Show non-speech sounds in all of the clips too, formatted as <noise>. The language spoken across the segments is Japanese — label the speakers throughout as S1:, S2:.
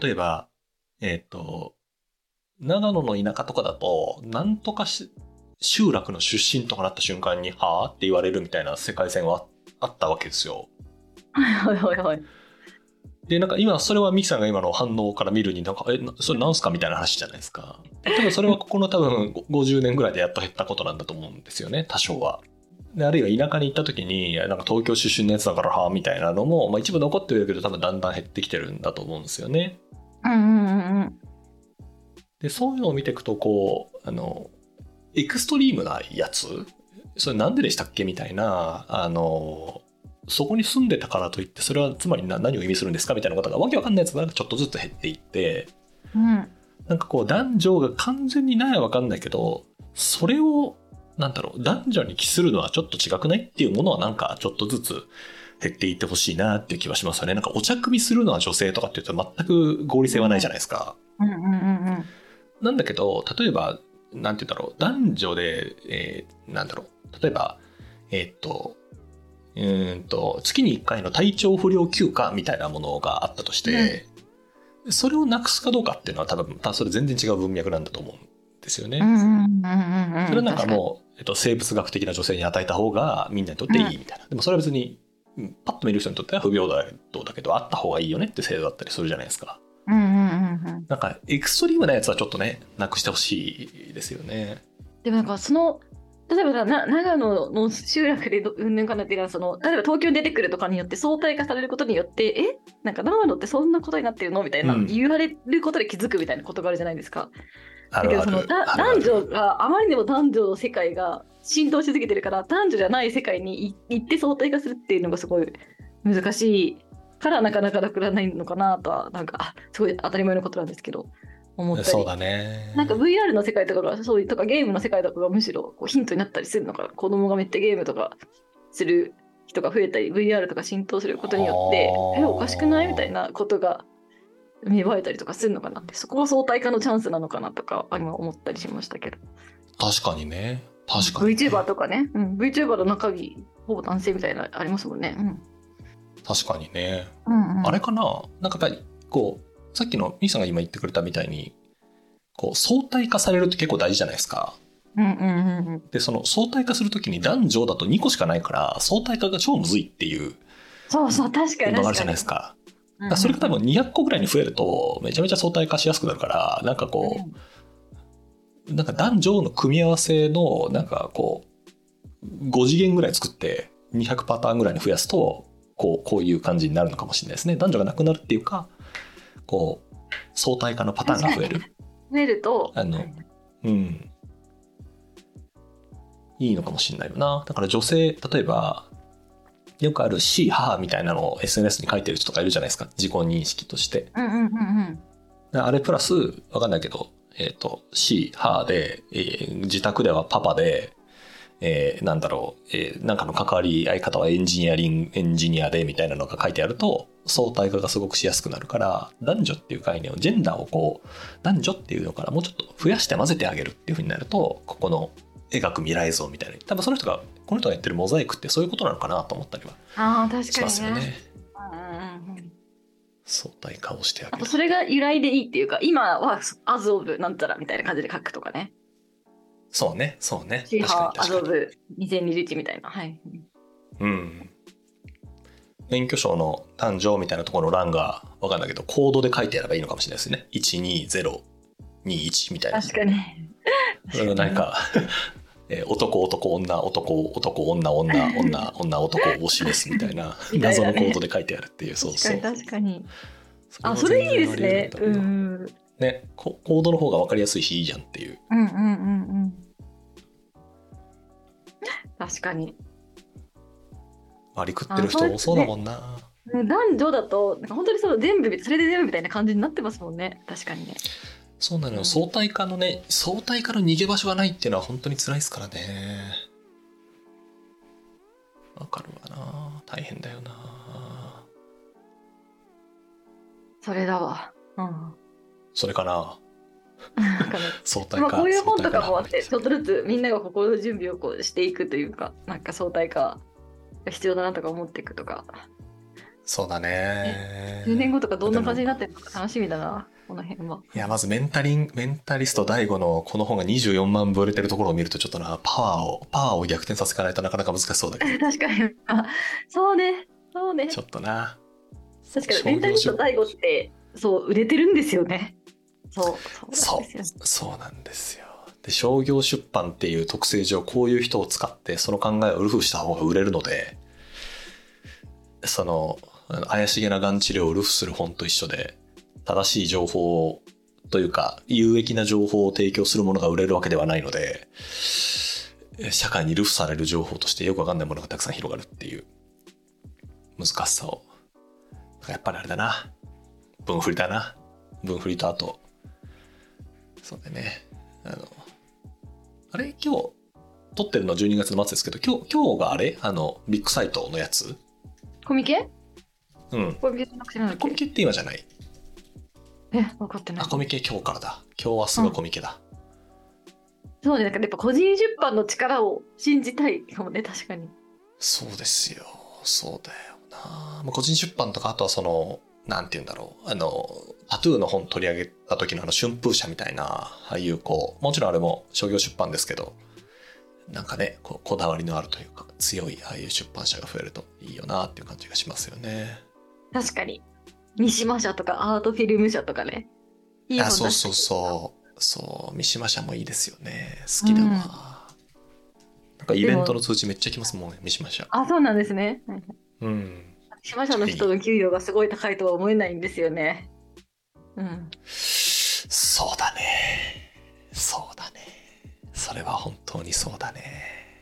S1: 例えば、えっ、と、長野の田舎とかだと、なんとかし集落の出身とかなった瞬間に、はあって言われるみたいな世界線はああったわけですよ。
S2: はいはいはいはい。
S1: で、なんか今、それはミキさんが今の反応から見るに、なんか、え、なそれなんすかみたいな話じゃないですか。多分それはここの多分ご50年ぐらいでやっと減ったことなんだと思うんですよね、多少は。で、あるいは田舎に行った時に、なんか東京出身のやつだから、はあみたいなのも、まあ一部残ってるけど、多分だんだん減ってきてるんだと思うんですよね。
S2: うんうんうんうん。
S1: でそういうのを見ていくとこうあのエクストリームなやつそれなんででしたっけみたいなあのそこに住んでたからといってそれはつまりな何を意味するんですかみたいなことがわけわかんないやつがちょっとずつ減っていって
S2: うん
S1: なんかこう男女が完全にないはわかんないけどそれをなんだろう男女に帰するのはちょっと違くないっていうものはなんかちょっとずつ減っていってほしいなっていう気はしますよねなんかお茶組みするのは女性とかって言うと全く合理性はないじゃないですか。
S2: うんうんうんうん。
S1: なんだけど例えばなんて言うんだろう男女で、えーなんだろう例えばえーっとうーんと月に1回の体調不良休暇みたいなものがあったとして、それをなくすかどうかっていうのは多分たそれ全然違う文脈なんだと思うんですよね。
S2: うんうんうんうんうん。
S1: それはなんかもう、えっと、生物学的な女性に与えた方がみんなにとっていいみたいな、でもそれは別にうんパッと見る人にとっては不平等だけどあった方がいいよねって制度だったりするじゃないですか。
S2: 確かに。うんうんうんうん。
S1: なんかエクストリームなやつはちょっとねなくしてほしいですよね。
S2: でもなんかその例えばな長野の集落でどうんぬんかなっていうのはその例えば東京に出てくるとかによって相対化されることによってえなんか長野ってそんなことになってるのみたいな、
S1: うん
S2: 言われることで気づくみたいなことがあるじゃないですか。
S1: あ
S2: だ
S1: る
S2: けど
S1: あ
S2: その
S1: る。
S2: だ
S1: あるある
S2: 男女があまりにも男女の世界が浸透しすぎてるから男女じゃない世界にい行って相対化するっていうのがすごい難しいからなかなかなくならないのかなとはなんかあすごい当たり前のことなんですけど思ったり
S1: そうだね。
S2: なんか VR の世界とかがそういうとかゲームの世界とかがむしろこうヒントになったりするのか子供がめっちゃゲームとかする人が増えたり VR とか浸透することによって
S1: あー
S2: えおかしくないみたいなことが芽生えたりとかするのかなってそこが相対化のチャンスなのかなとか今思ったりしましたけど
S1: 確かにね。確かに。
S2: VTuber とかね、うん、VTuber の中身ほぼ男性みたいなのありますもんね。うん
S1: 確かにね。
S2: うんうん、
S1: あれかななんかやっぱりこうさっきのミーさんが今言ってくれたみたいにこう相対化されるって結構大事じゃないですか。
S2: うんうんうんうん、
S1: でその相対化するときに男女だと2個しかないから相対化が超むずいっていう
S2: そうそう確かに
S1: のがある
S2: 確
S1: じ
S2: か
S1: ゃない
S2: に
S1: で。すか。
S2: うん
S1: だからそれが多分200個ぐらいに増えるとめちゃめちゃ相対化しやすくなるからなんかこう。なんか男女の組み合わせのなんかこう5次元ぐらい作って200パターンぐらいに増やすとこうこういう感じになるのかもしれないですね男女がなくなるっていうかこう相対化のパターンが増える、
S2: 増えると
S1: あの <laughs> うん、いいのかもしれないよなだから女性例えばよくある「C 母」みたいなのを SNS に書いてる人とかいるじゃないですか自己認識として
S2: うんうんうんうん
S1: であれプラス、わかんないけど、えっ、と、C、母で、えー自宅ではパパで、えーなんだろう、えーなんかの関わり合い方はエンジニアリング、エンジニアでみたいなのが書いてあると、相対化がすごくしやすくなるから、男女っていう概念を、ジェンダーをこう、男女っていうのからもうちょっと増やして混ぜてあげるっていうふうになると、ここの描く未来像みたいな、多分その人が、この人が言ってるモザイクってそういうことなのかなと思ったりは
S2: あー
S1: しま
S2: 確
S1: す
S2: か
S1: よ
S2: にね
S1: ね。
S2: うんうんうん
S1: 相対化をしてあ
S2: あ
S1: げ
S2: と
S1: る。
S2: それが由来でいいっていうか今は「アズオブなんたら」みたいな感じで書くとかね
S1: そうね、そうね。
S2: 「シー
S1: 確か
S2: ハ
S1: に
S2: ーア
S1: 確
S2: ズ
S1: か
S2: オ
S1: に。
S2: ブ2021」みたいなはい
S1: うん。免許証の誕生みたいなところの欄が分かんないけど、コードで書いてやればいいのかもしれないですね。12021みたいな。
S2: 確かに
S1: それがなんか、えー男、男、女、男、男、女、女、女、女、男を示すみたいな
S2: みたい
S1: 謎
S2: なね
S1: のコードで書いてあるっていう、そう
S2: 確
S1: そ
S2: か
S1: う
S2: に。確かにあ
S1: は
S2: それいいです
S1: 全然あり
S2: ね
S1: 得
S2: う
S1: るんだろうなんねコ、コードの方が分かりやすいしいいじゃんっていう。
S2: うんうんうんうん確かに
S1: 割り食ってる人多そうだもんな。
S2: 男女だとなんか本当にその全部それで全部みたいな感じになってますもんね確かにね
S1: そうなのよ。相対化のね、相対化の逃げ場所がないっていうのは本当に辛いですからね。わかるわな。大変だよな。
S2: それだわうん
S1: それかな。
S2: なんかね
S1: 相対
S2: ま
S1: 化。
S2: あ、こういう本とかもあ
S1: 相
S2: っ
S1: 対
S2: て
S1: 化
S2: ちょっとずつみんなが心の準備をこうしていくというかなんか相対化が必要だなとか思っていくとか
S1: そうだね。
S2: 10年後とかどんな感じになってるのか楽しみだな、この辺
S1: <laughs>
S2: は。
S1: いや、まずメンタリン、メンタリスト第5のこの本が24万部売れてるところを見ると、ちょっとな、パワーを、パワーを逆転させていかないとなかなか難しそうだけ
S2: <laughs> 確かに。あそうね。そうね
S1: ど、。ちょっとな。
S2: 確かに、メンタリスト第5って、そう、売れてるんですよね。そ
S1: そ
S2: う。
S1: う
S2: なんですよ。
S1: そうなんですよ。で、商業出版っていう特性上、こういう人を使って、その考えをウルフした方が売れるので、その、あの怪しげながん治療をウルフする本と一緒で、正しい情報を、というか、有益な情報を提供するものが売れるわけではないので、社会にルフされる情報としてよくわかんないものがたくさん広がるっていう難しさを。やっぱりあれだな。分振りだな。分振りとあと、そうだね。あの、あれ今日、撮ってるの12月の末ですけど、今日、今日があれあの、ビッグサイトのやつ
S2: コミケ
S1: うん。
S2: コミケじゃなくてなんだっ
S1: コミ
S2: け
S1: ケって今じゃない。
S2: え、分かってない
S1: あ、。コミケ今日からだ。今日はすぐコミケだ。
S2: そうね、だからやっぱ個人出版の力を信じたいかもね、確かに。
S1: そうですよ。そうだよな。まあ個人出版とか、あとはその、なんて言うんだろう。あの、タトゥーの本取り上げた時のあの、春風社みたいな、ああいうこう、もちろんあれも商業出版ですけど、なんかね、こうこだわりのあるというか、強いああいう出版社が増えるといいよなっていう感じがしますよね。
S2: 確かに。三島社とかアートフィルム社とかね。いい
S1: あ
S2: 本
S1: そう
S2: 出し
S1: そ
S2: て
S1: う
S2: る
S1: そうそう三島社もいいですよね好きだわ、
S2: うん
S1: なんかイベントの通知めっちゃ来ますもんね三島社
S2: あ、そうなんですね。はい
S1: うん
S2: 三島社の人の給料がすごい高いとは思えないんですよね。うん。
S1: そうだねそうだねそれは本当にそうだね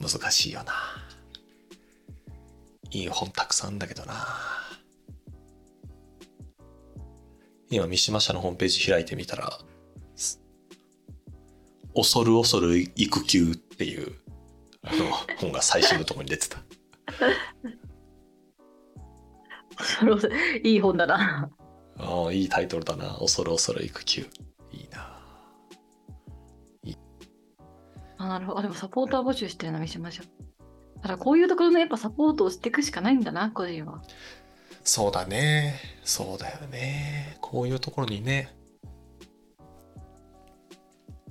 S1: 難しいよないい本たくさんだけどな今三島社のホームページ開いてみたらす恐る恐る育休っていうあの本が最新のところに出てた
S2: それいい本だな。
S1: ああいいタイトルだな恐る恐る育休いいな
S2: あ、なるほど。あでもサポーター募集してるな、三島社。だからこういうところのやっぱサポートをしていくしかないんだな、個人は。
S1: そうだね。そうだよね。こういうところにね。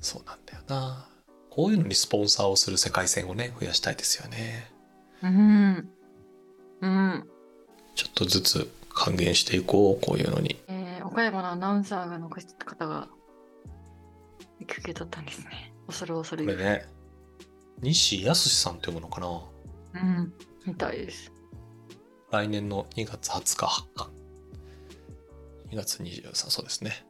S1: そうなんだよな。こういうのにスポンサーをする世界線をね、増やしたいですよね。
S2: うん。うん。
S1: ちょっとずつ還元していこう、こういうのに。
S2: えー岡山のアナウンサーが残した方が受け取ったんですね。恐る恐
S1: これ
S2: る。
S1: ね。西康さんって読むのかな
S2: うん。みたいです。
S1: 来年の2月20日発刊。2月23、そうですね。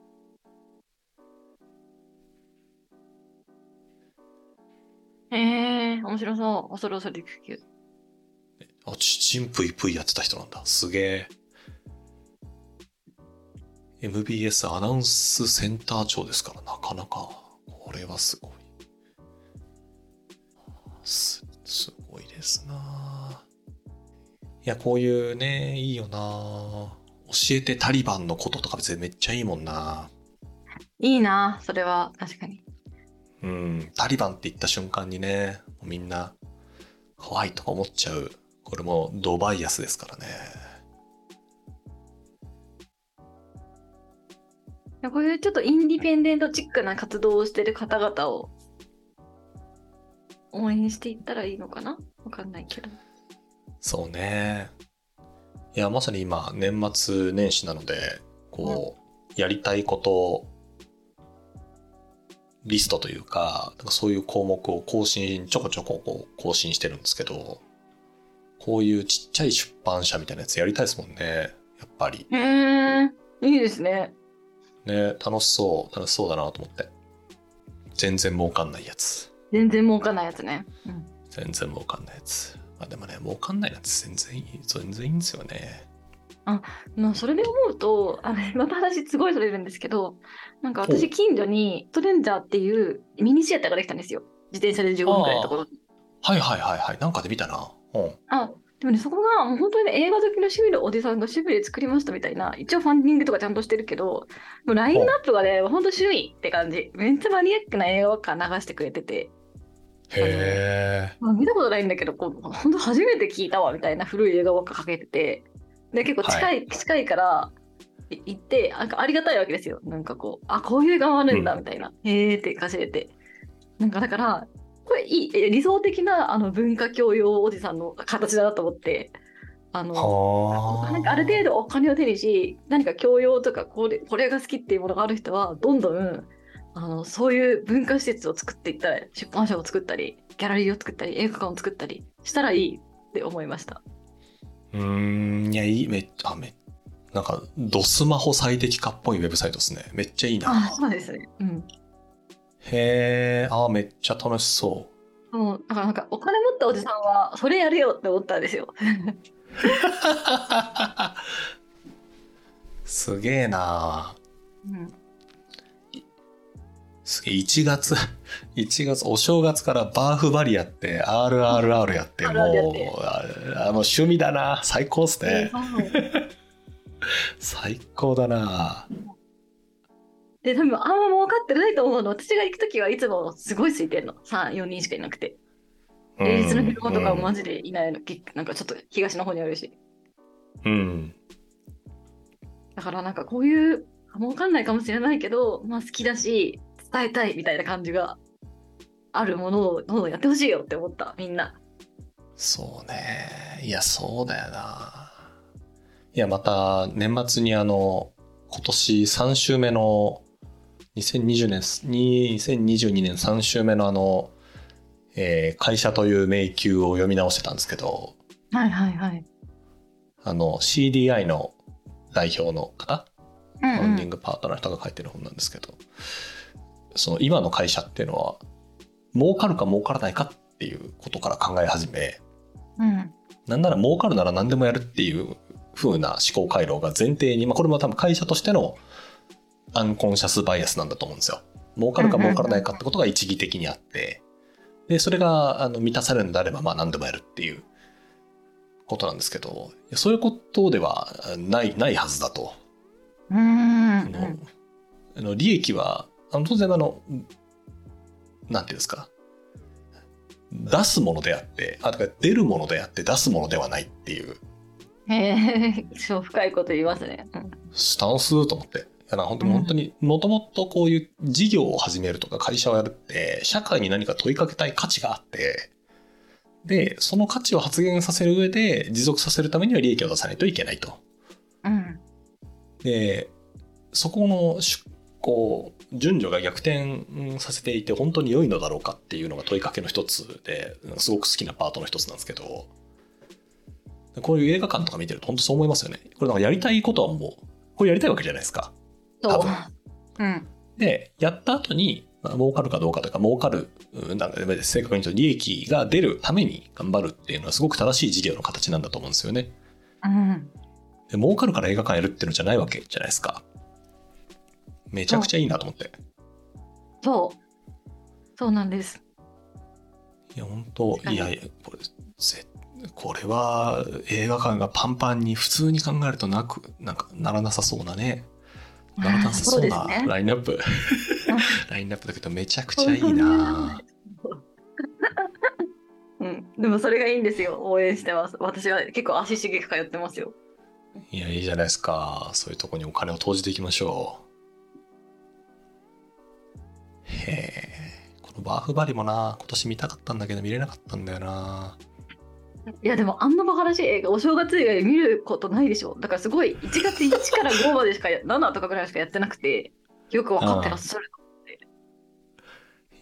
S2: えー、面白そう。恐る恐る育休。
S1: あ、ちちんぷいぷいやってた人なんだ。すげえ。MBS アナウンスセンター長ですから、なかなか、これはすごい。す、すごいですないや、こういうね、いいよな教えてタリバンのこととか別にめっちゃいいもんない
S2: いな、それは確かに。
S1: うん、タリバンって言った瞬間にね、みんな、怖いとか思っちゃう。これもドバイアスですからね。
S2: こういうちょっとインディペンデントチックな活動をしてる方々を応援していったらいいのかなわかんないけど。
S1: そうね。いや、まさに今、年末年始なので、こう、やりたいこと、リストというか、なんかそういう項目を更新、ちょこちょここう更新してるんですけど、こういうちっちゃい出版社みたいなやつやりたいですもんね。やっぱり。
S2: へえー、いいですね。
S1: ね、楽しそう、楽しそうだなと思って。全然儲かんないやつ。
S2: 全然儲かんないやつね。うん、
S1: 全然儲かんないやつ。まあでもね、儲かんないなんて全然いい、全然いいんですよね。
S2: まあ、それで思うとあのまた話すごいそれるんですけどなんか
S1: お
S2: 私近所にストレンジャーっていうミニシアターができたんですよ自転車で15分くらいのところに
S1: はいはいはいはい。なんかで見たな。うん。
S2: あでもねそこがもう本当にね映画好きの趣味のおじさんが趣味で作りましたみたいな一応ファンディングとかちゃんとしてるけどもうラインナップがね本当趣味って感じめっちゃマニアックな映画ばっか流してくれてて
S1: へえ
S2: まあ、見たことないんだけどこう本当初めて聞いたわみたいな古い映画ばっかかけててで結構近
S1: は
S2: い、近いからい行ってなんかありがたいわけですよなんかこうあこういう映画もあるんだみたいな、へえって稼いでなんかだからこれいいえ理想的なあの文化教養おじさんの形だなと思ってあの
S1: はあ
S2: なんかある程度お金を手にし何か教養とかこれこれが好きっていうものがある人はどんどんあのそういう文化施設を作っていったら出版社を作ったりギャラリーを作ったり映画館を作ったりしたらいいって思いました
S1: うーんいやいいめっあめなんかドスマホ最適化っぽいウェブサイトですねめっちゃいいな
S2: あそうですねうん
S1: へえあめっちゃ楽しそ
S2: もうだからなんかお金持ったおじさんはそれやれよって思ったんですよ
S1: う <laughs> すげえな
S2: うん
S1: すげえ1月1月お正月からバーフバリやって RRR やっても
S2: RRR やっ
S1: うああの趣味だな最高っすね最高だな
S2: で多分あんま儲かってないと思うの私が行く時はいつもすごい空いてんの34人しかいなくて平日の昼間とかもマジでいないの、きなんかちょっと東の方にあるし
S1: うん、うん
S2: だからなんかこういう儲かんないかもしれないけど、まあ、好きだし伝えたいみたいな感じがあるものをどんどんやってほしいよって思ったみんな
S1: そうねいやそうだよないやまた年末にあの今年3週目の2020年2022年3週目のあの、えー会社という迷宮を読み直してたんですけど
S2: はいはいはい、
S1: あの CDI の代表の方
S2: う
S1: ファンディングパートナーの人が書いてる本なんですけど、その今の会社っていうのは儲かるか儲からないかっていうことから考え始め
S2: うん
S1: なんなら儲かるなら何でもやるっていう風な思考回路が前提に、まあ、これも多分会社としてのアンコンシャスバイアスなんだと思うんですよ。儲かるか儲からないかってことが一義的にあってでそれがあの満たされるのであればまあ何でもやるっていうことなんですけどいやそういうことではないないはずだと。
S2: うん
S1: あのあの利益はあの当然あのなんていうんですか出すものであってあだから出るものであって出すものではないっていう
S2: へえ超深いこと言いますね、うん
S1: スタンスと思っていやな本当に
S2: うん
S1: 本当にもともとこういう事業を始めるとか会社をやるって社会に何か問いかけたい価値があってでその価値を発現させる上で持続させるためには利益を出さないといけないと。
S2: うん
S1: でそこの出こう順序が逆転させていて本当に良いのだろうかっていうのが問いかけの一つですごく好きなパートの一つなんですけどこういう映画館とか見てると本当そう思いますよねこれなんかやりたいことはもうこれやりたいわけじゃないですか
S2: そ
S1: 多
S2: う
S1: 分
S2: うん
S1: でやった後にまあ儲かるかどうかというか儲かるうんなんか正確に言うと利益が出るために頑張るっていうのはすごく正しい事業の形なんだと思うんですよね
S2: うん
S1: で儲かるから映画館やるっていうのじゃないわけじゃないですかめちゃくちゃいいなと思って
S2: そうそうなんです
S1: いや本当
S2: 確かに
S1: いやいやこれぜこれは映画館がパンパンに普通に考えるとなくなんかならなさそうなねならなさそう
S2: そう
S1: な
S2: ですね
S1: ラインナップ、
S2: <laughs> うん
S1: ラインナップだけどめちゃくちゃいいな
S2: うん、でもそれがいいんですよ応援してます私は結構足しげく通ってますよ
S1: いやいいじゃないですかそういうとこにお金を投じていきましょうへえこのバーフバリもな今年見たかったんだけど見れなかったんだよない
S2: やでもあんなバカらしい映画お正月以外見ることないでしょだからすごい1月1から5までしかや7とかぐらいしかやってなくてよく分かってらっしゃる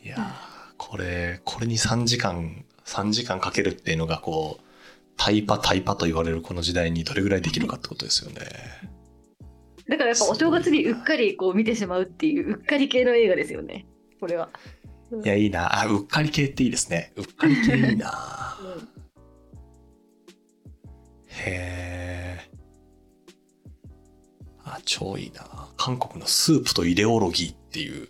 S1: いやーこれこれに3時間3時間かけるっていうのがこうタイパタイパと言われるこの時代にどれぐらいできるかってことですよね
S2: だからやっぱお正月にうっかりこう見てしまうっていううっかり系の映画ですよねこれは、
S1: いやいいなあうっかり系っていいですねうっかり系いいなへえあ超いいな韓国のスープとイデオロギーっていう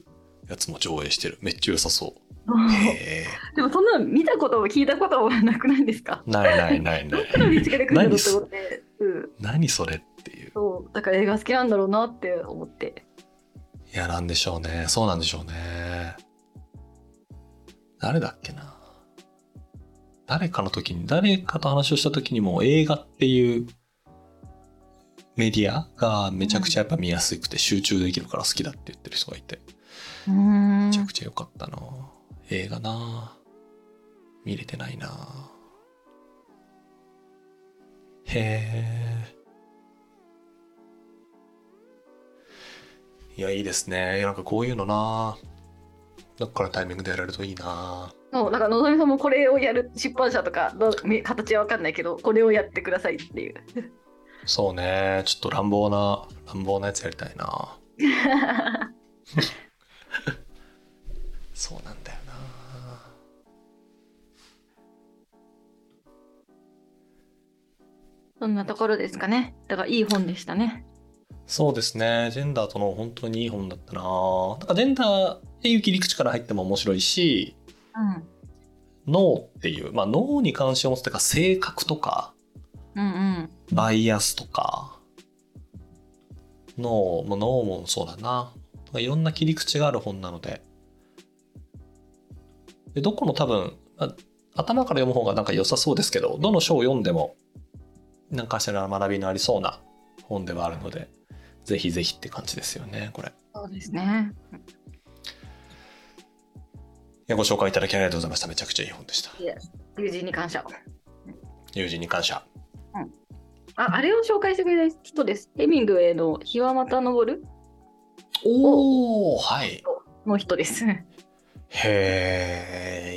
S1: やつも上映してるめっちゃ良さそうへえ
S2: でもそんなの見たことも聞いたこともなくないですか
S1: ないないないな
S2: <laughs> どっ
S1: い
S2: から見つけてくる
S1: ない
S2: の
S1: で
S2: って
S1: す
S2: 思って、うん、
S1: 何それっていう
S2: そうだから映画好きなんだろうなって思って
S1: いや、なんでしょうね。そうなんでしょうね。誰だっけな。誰かの時に、誰かと話をした時にも映画っていうメディアがめちゃくちゃやっぱ見やすくて集中できるから好きだって言ってる人がいて、
S2: うーん
S1: めちゃくちゃ良かったな映画な見れてないなへえ。いや、いいですね。いやなんかこういうのなどっかのタイミングでやられるといいな
S2: そうだからのぞみさんもこれをやる出版社とかどうみ形は分かんないけどこれをやってくださいっていう
S1: そうね、ちょっと乱暴な、乱暴なやつやりたいな。そうなんだよな。
S2: そんなところですかねだからいい本でしたね
S1: そうですね、ジェンダーとの本当にいい本だったな。なんかジェンダーっていう切り口から入っても面白いし、脳っていう、まあ脳に関心を持つというか、性格とか、
S2: うんうん
S1: バイアスとか、脳も脳もそうだな。なんかいろんな切り口がある本なので。でどこも多分、あ頭から読む方がなんか良さそうですけど、どの章を読んでも、何かしら学びのありそうな本ではあるので、ぜひぜひって感じですよね、これ。い
S2: そうですね
S1: やご紹介いただきありがとうございました。めちゃくちゃいい本でした。
S2: 友人に感謝
S1: 友人に感謝。
S2: ああれを紹介してくれた人ですヘミングウェイの「日はまた昇る
S1: おおはい。」
S2: の人です
S1: へ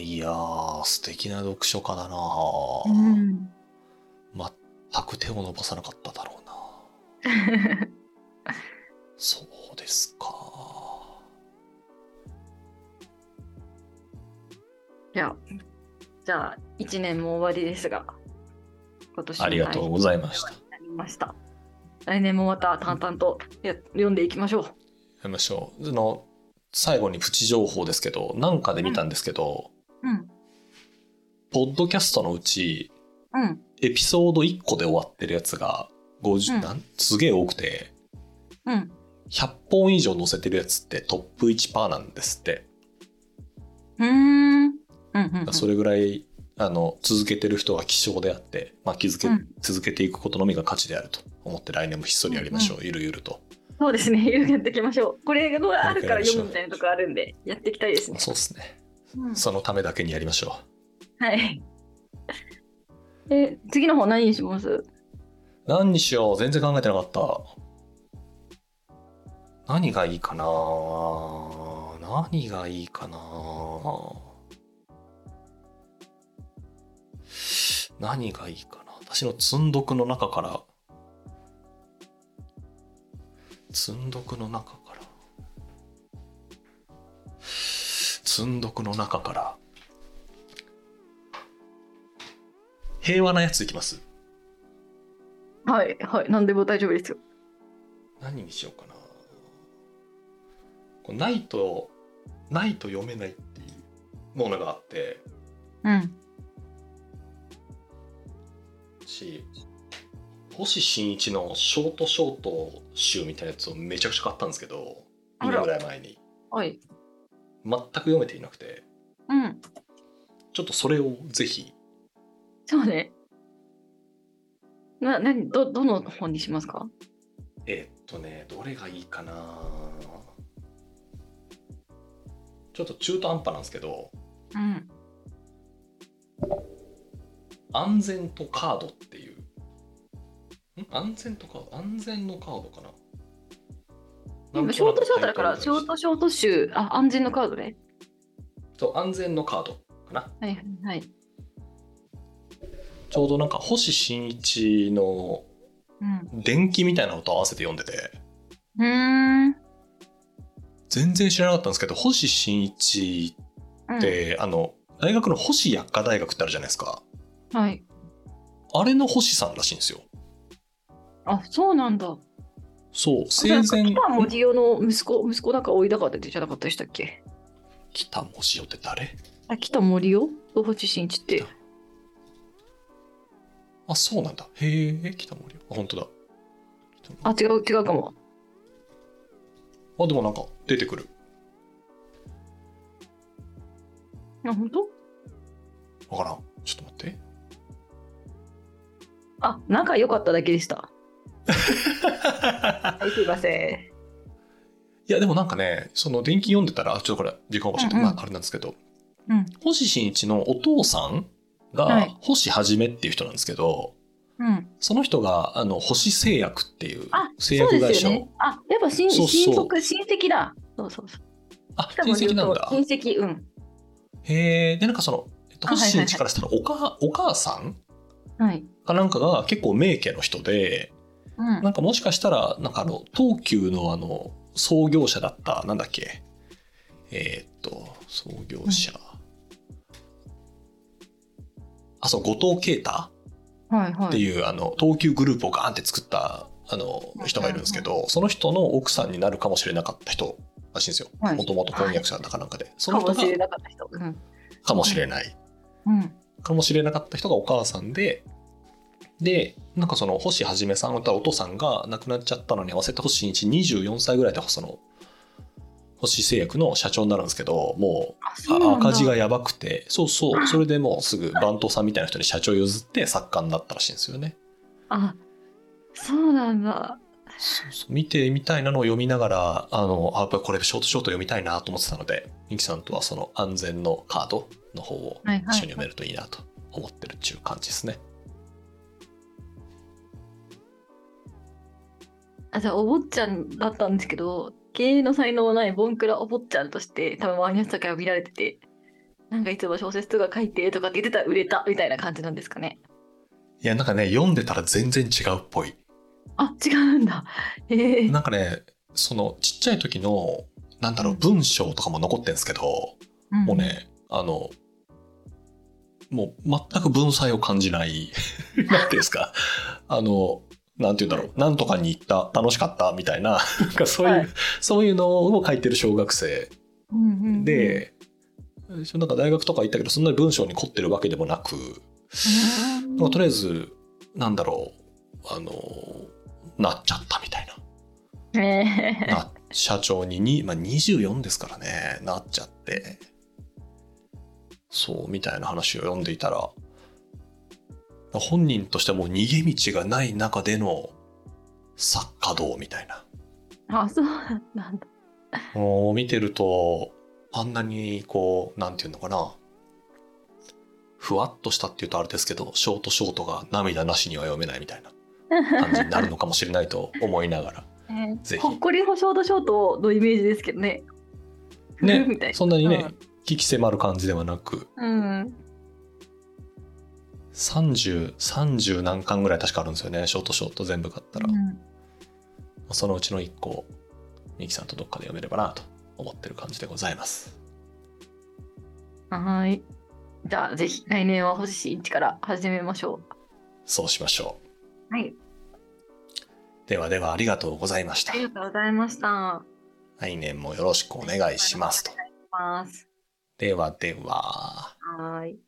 S1: え、いやー、素敵な読書家だな
S2: <laughs> うん
S1: 全く手を伸ばさなかっただろうなそうですか
S2: いやじゃあ1年も終わりですが今年も
S1: ありがとうございました
S2: なりました来年もまた淡々とや読んでいきましょう
S1: やりましょうその最後にプチ情報ですけどなんかで見たんですけど、
S2: うん
S1: ポッドキャストのうち
S2: うん
S1: エピソード1個で終わってるやつが50、
S2: うん
S1: なんすげえ多くて
S2: うん
S1: 100本以上載せてるやつってトップ1%パーなんですって
S2: うーんうんうんうん
S1: それぐらいあの続けてる人は希少であって、まあ、気づけ
S2: うん
S1: 続けていくことのみが価値であると思って来年もひっそりやりましょう、ゆるゆると
S2: そうですね、 <laughs> 緩くやっていきましょう。これがあるから読むみたいなとこあるんで、やっていきたいですね。
S1: そうですね
S2: うん
S1: そのためだけにやりましょ
S2: はい。え、次の方何にします
S1: う何にしよう全然考えてなかった何がいいかな何がいいかな何がいいかな私の積んどくの中から積んどくの中から積んどくの中から平和なやついきます
S2: はい、はい、何でも大丈夫ですよ。
S1: 何にしようかなこうないとないと読めないっていうものがあって
S2: うん。
S1: し星新一のショートショート集みたいなやつをめちゃくちゃ買ったんですけど
S2: あ
S1: 2
S2: ら
S1: 年ぐらい前に
S2: はい。
S1: 全く読めていなくて
S2: うん。
S1: ちょっとそれをぜひ
S2: そうね。な、何、ど、どの本にしますか
S1: えーっとねどれがいいかなちょっと中途半端なんですけど
S2: うん。
S1: 安全とカードっていうん安全とカード安全のカードかな
S2: 今、ショートショートだから、ショートショート集、あ、安全のカードね。
S1: そう安全のカードかな
S2: はい、はいはい。
S1: ちょうどなんか星新一の
S2: うん。
S1: 電気みたいなのと合わせて読んでて
S2: うーん。
S1: 全然知らなかったんですけど星新一
S2: うん
S1: って、あの大学の星薬科大学ってあるじゃないですか
S2: はい。
S1: あれの星さんらしいんですよ
S2: あ、そうなんだ。
S1: そう
S2: じゃ
S1: 生
S2: あ
S1: 前
S2: 北文字の息子、息子だか、おいだかってじゃなかったでしたっけ
S1: 北星よって誰
S2: あ、北森よ東方新一って。
S1: あそうなんだへえ北森あ本当だ
S2: あ、違う、違うかも。
S1: あでもなんか出てくる
S2: あ、本当
S1: わからん。ちょっと待って。
S2: あ仲良かっただけでした。はい、すいませ
S1: <laughs> いやでもなんかねその電気読んでたらあちょっとこれ時間オーバーしちゃった、
S2: うんうん
S1: まあ、あれなんですけど
S2: ん。うん。
S1: 星新一のお父さん
S2: は
S1: が
S2: い
S1: 星はじめっていう人なんですけど、
S2: うん、
S1: その人があの星製薬っていう
S2: あ
S1: 製
S2: そう
S1: 薬
S2: で
S1: 会
S2: す
S1: 社
S2: よ
S1: を、
S2: ね。あやっぱ親
S1: そうそう
S2: 親族親戚だ。そうそうそう。
S1: あ
S2: 多
S1: 親
S2: 分言
S1: 戚
S2: うと
S1: なんだ
S2: 親戚うん。
S1: へえでなんかその、えっと、
S2: あはいはい
S1: 星新一からしたらおか、お母さん
S2: はい。
S1: かなんかが結構名家の人で
S2: うん
S1: なんかもしかしたらなんかあの東急のあの創業者だったなんだっけえーっと創業者、あそう後藤啓太
S2: はいは
S1: って
S2: い。
S1: いうあの東急グループをガーンって作ったあの
S2: うん
S1: 人がいるんですけどその人の奥さんになるかもしれなかった人らしいんですよ
S2: はい
S1: もともと婚約者だかなんかでそ
S2: か
S1: の人
S2: もしれ
S1: が
S2: なかった人。うん。
S1: かもしれない
S2: うん。
S1: かもしれなかった人がお母さんででなんかその星はじめさんまたお父さんが亡くなっちゃったのに合わせて星一24歳ぐらいでその星製薬の社長になるんですけども
S2: あ
S1: う
S2: そう
S1: あ
S2: なんだ
S1: 赤字がやばくてそうそうそれでもうすぐ番頭さんみたいな人に社長譲って作家になったらしいんですよね。
S2: あそうなんだ。
S1: そうそう見てみたいなのを読みながらあのあやっぱりこれショートショート読みたいなと思ってたのでミキさんとはその安全のカードの方を
S2: はい
S1: 一緒
S2: は
S1: に
S2: い
S1: 読。めるといいなと思ってるっていう感じですね。
S2: あじゃあお坊ちゃんだったんですけど経営の才能のないボンクラお坊ちゃんとして多分周りの人から見られててなんかいつも小説とか書いてとかって言ってたら売れたみたいな感じなんですかね
S1: いやなんかね読んでたら全然違うっぽい。
S2: あ違うんだええ
S1: なんかねそのちっちゃい時のなんだろう
S2: うん
S1: 文章とかも残ってんですけどもうねあのもう全く文才を感じない <laughs> なんていうんですかあのなんて言うんだろう、なんとかに行った楽しかったみたいななんかそういう、
S2: はい
S1: そういうのを書いてる小学生
S2: うんうんうん
S1: で、なんか大学とか行ったけどそんなに文章に凝ってるわけでもなく、
S2: うん
S1: まあとりあえずなんだろうあのなっちゃったみたいな
S2: ええ
S1: な社長にに、まあ、24ですからねなっちゃってそうみたいな話を読んでいたら本人としてもう逃げ道がない中での作家道みたいな
S2: あそうなんだ
S1: もう見てるとあんなにこうなんていうのかなふわっとしたっていうとあれですけどショートショートが涙なしには読めないみたいな感じになるのかもしれないと思いながらぜひ
S2: ほっこりほショートショートのイメージですけどねふふみ
S1: ね
S2: たい <laughs> な
S1: そんなにね
S2: うん
S1: 聞き迫る感じではなく
S2: うん
S1: 3030何巻ぐらい確かあるんですよねショートショート全部買ったら、そのうちの1個をミキさんとどっかで読めればなと思ってる感じでございます
S2: うんはいじゃあぜひ来年は星新一から始めましょ
S1: そうしましょ
S2: うはいう
S1: ではではありがとうございました
S2: ありがとうございました
S1: 来年もよろしくお願いしますと
S2: ます
S1: ではでは
S2: はーい。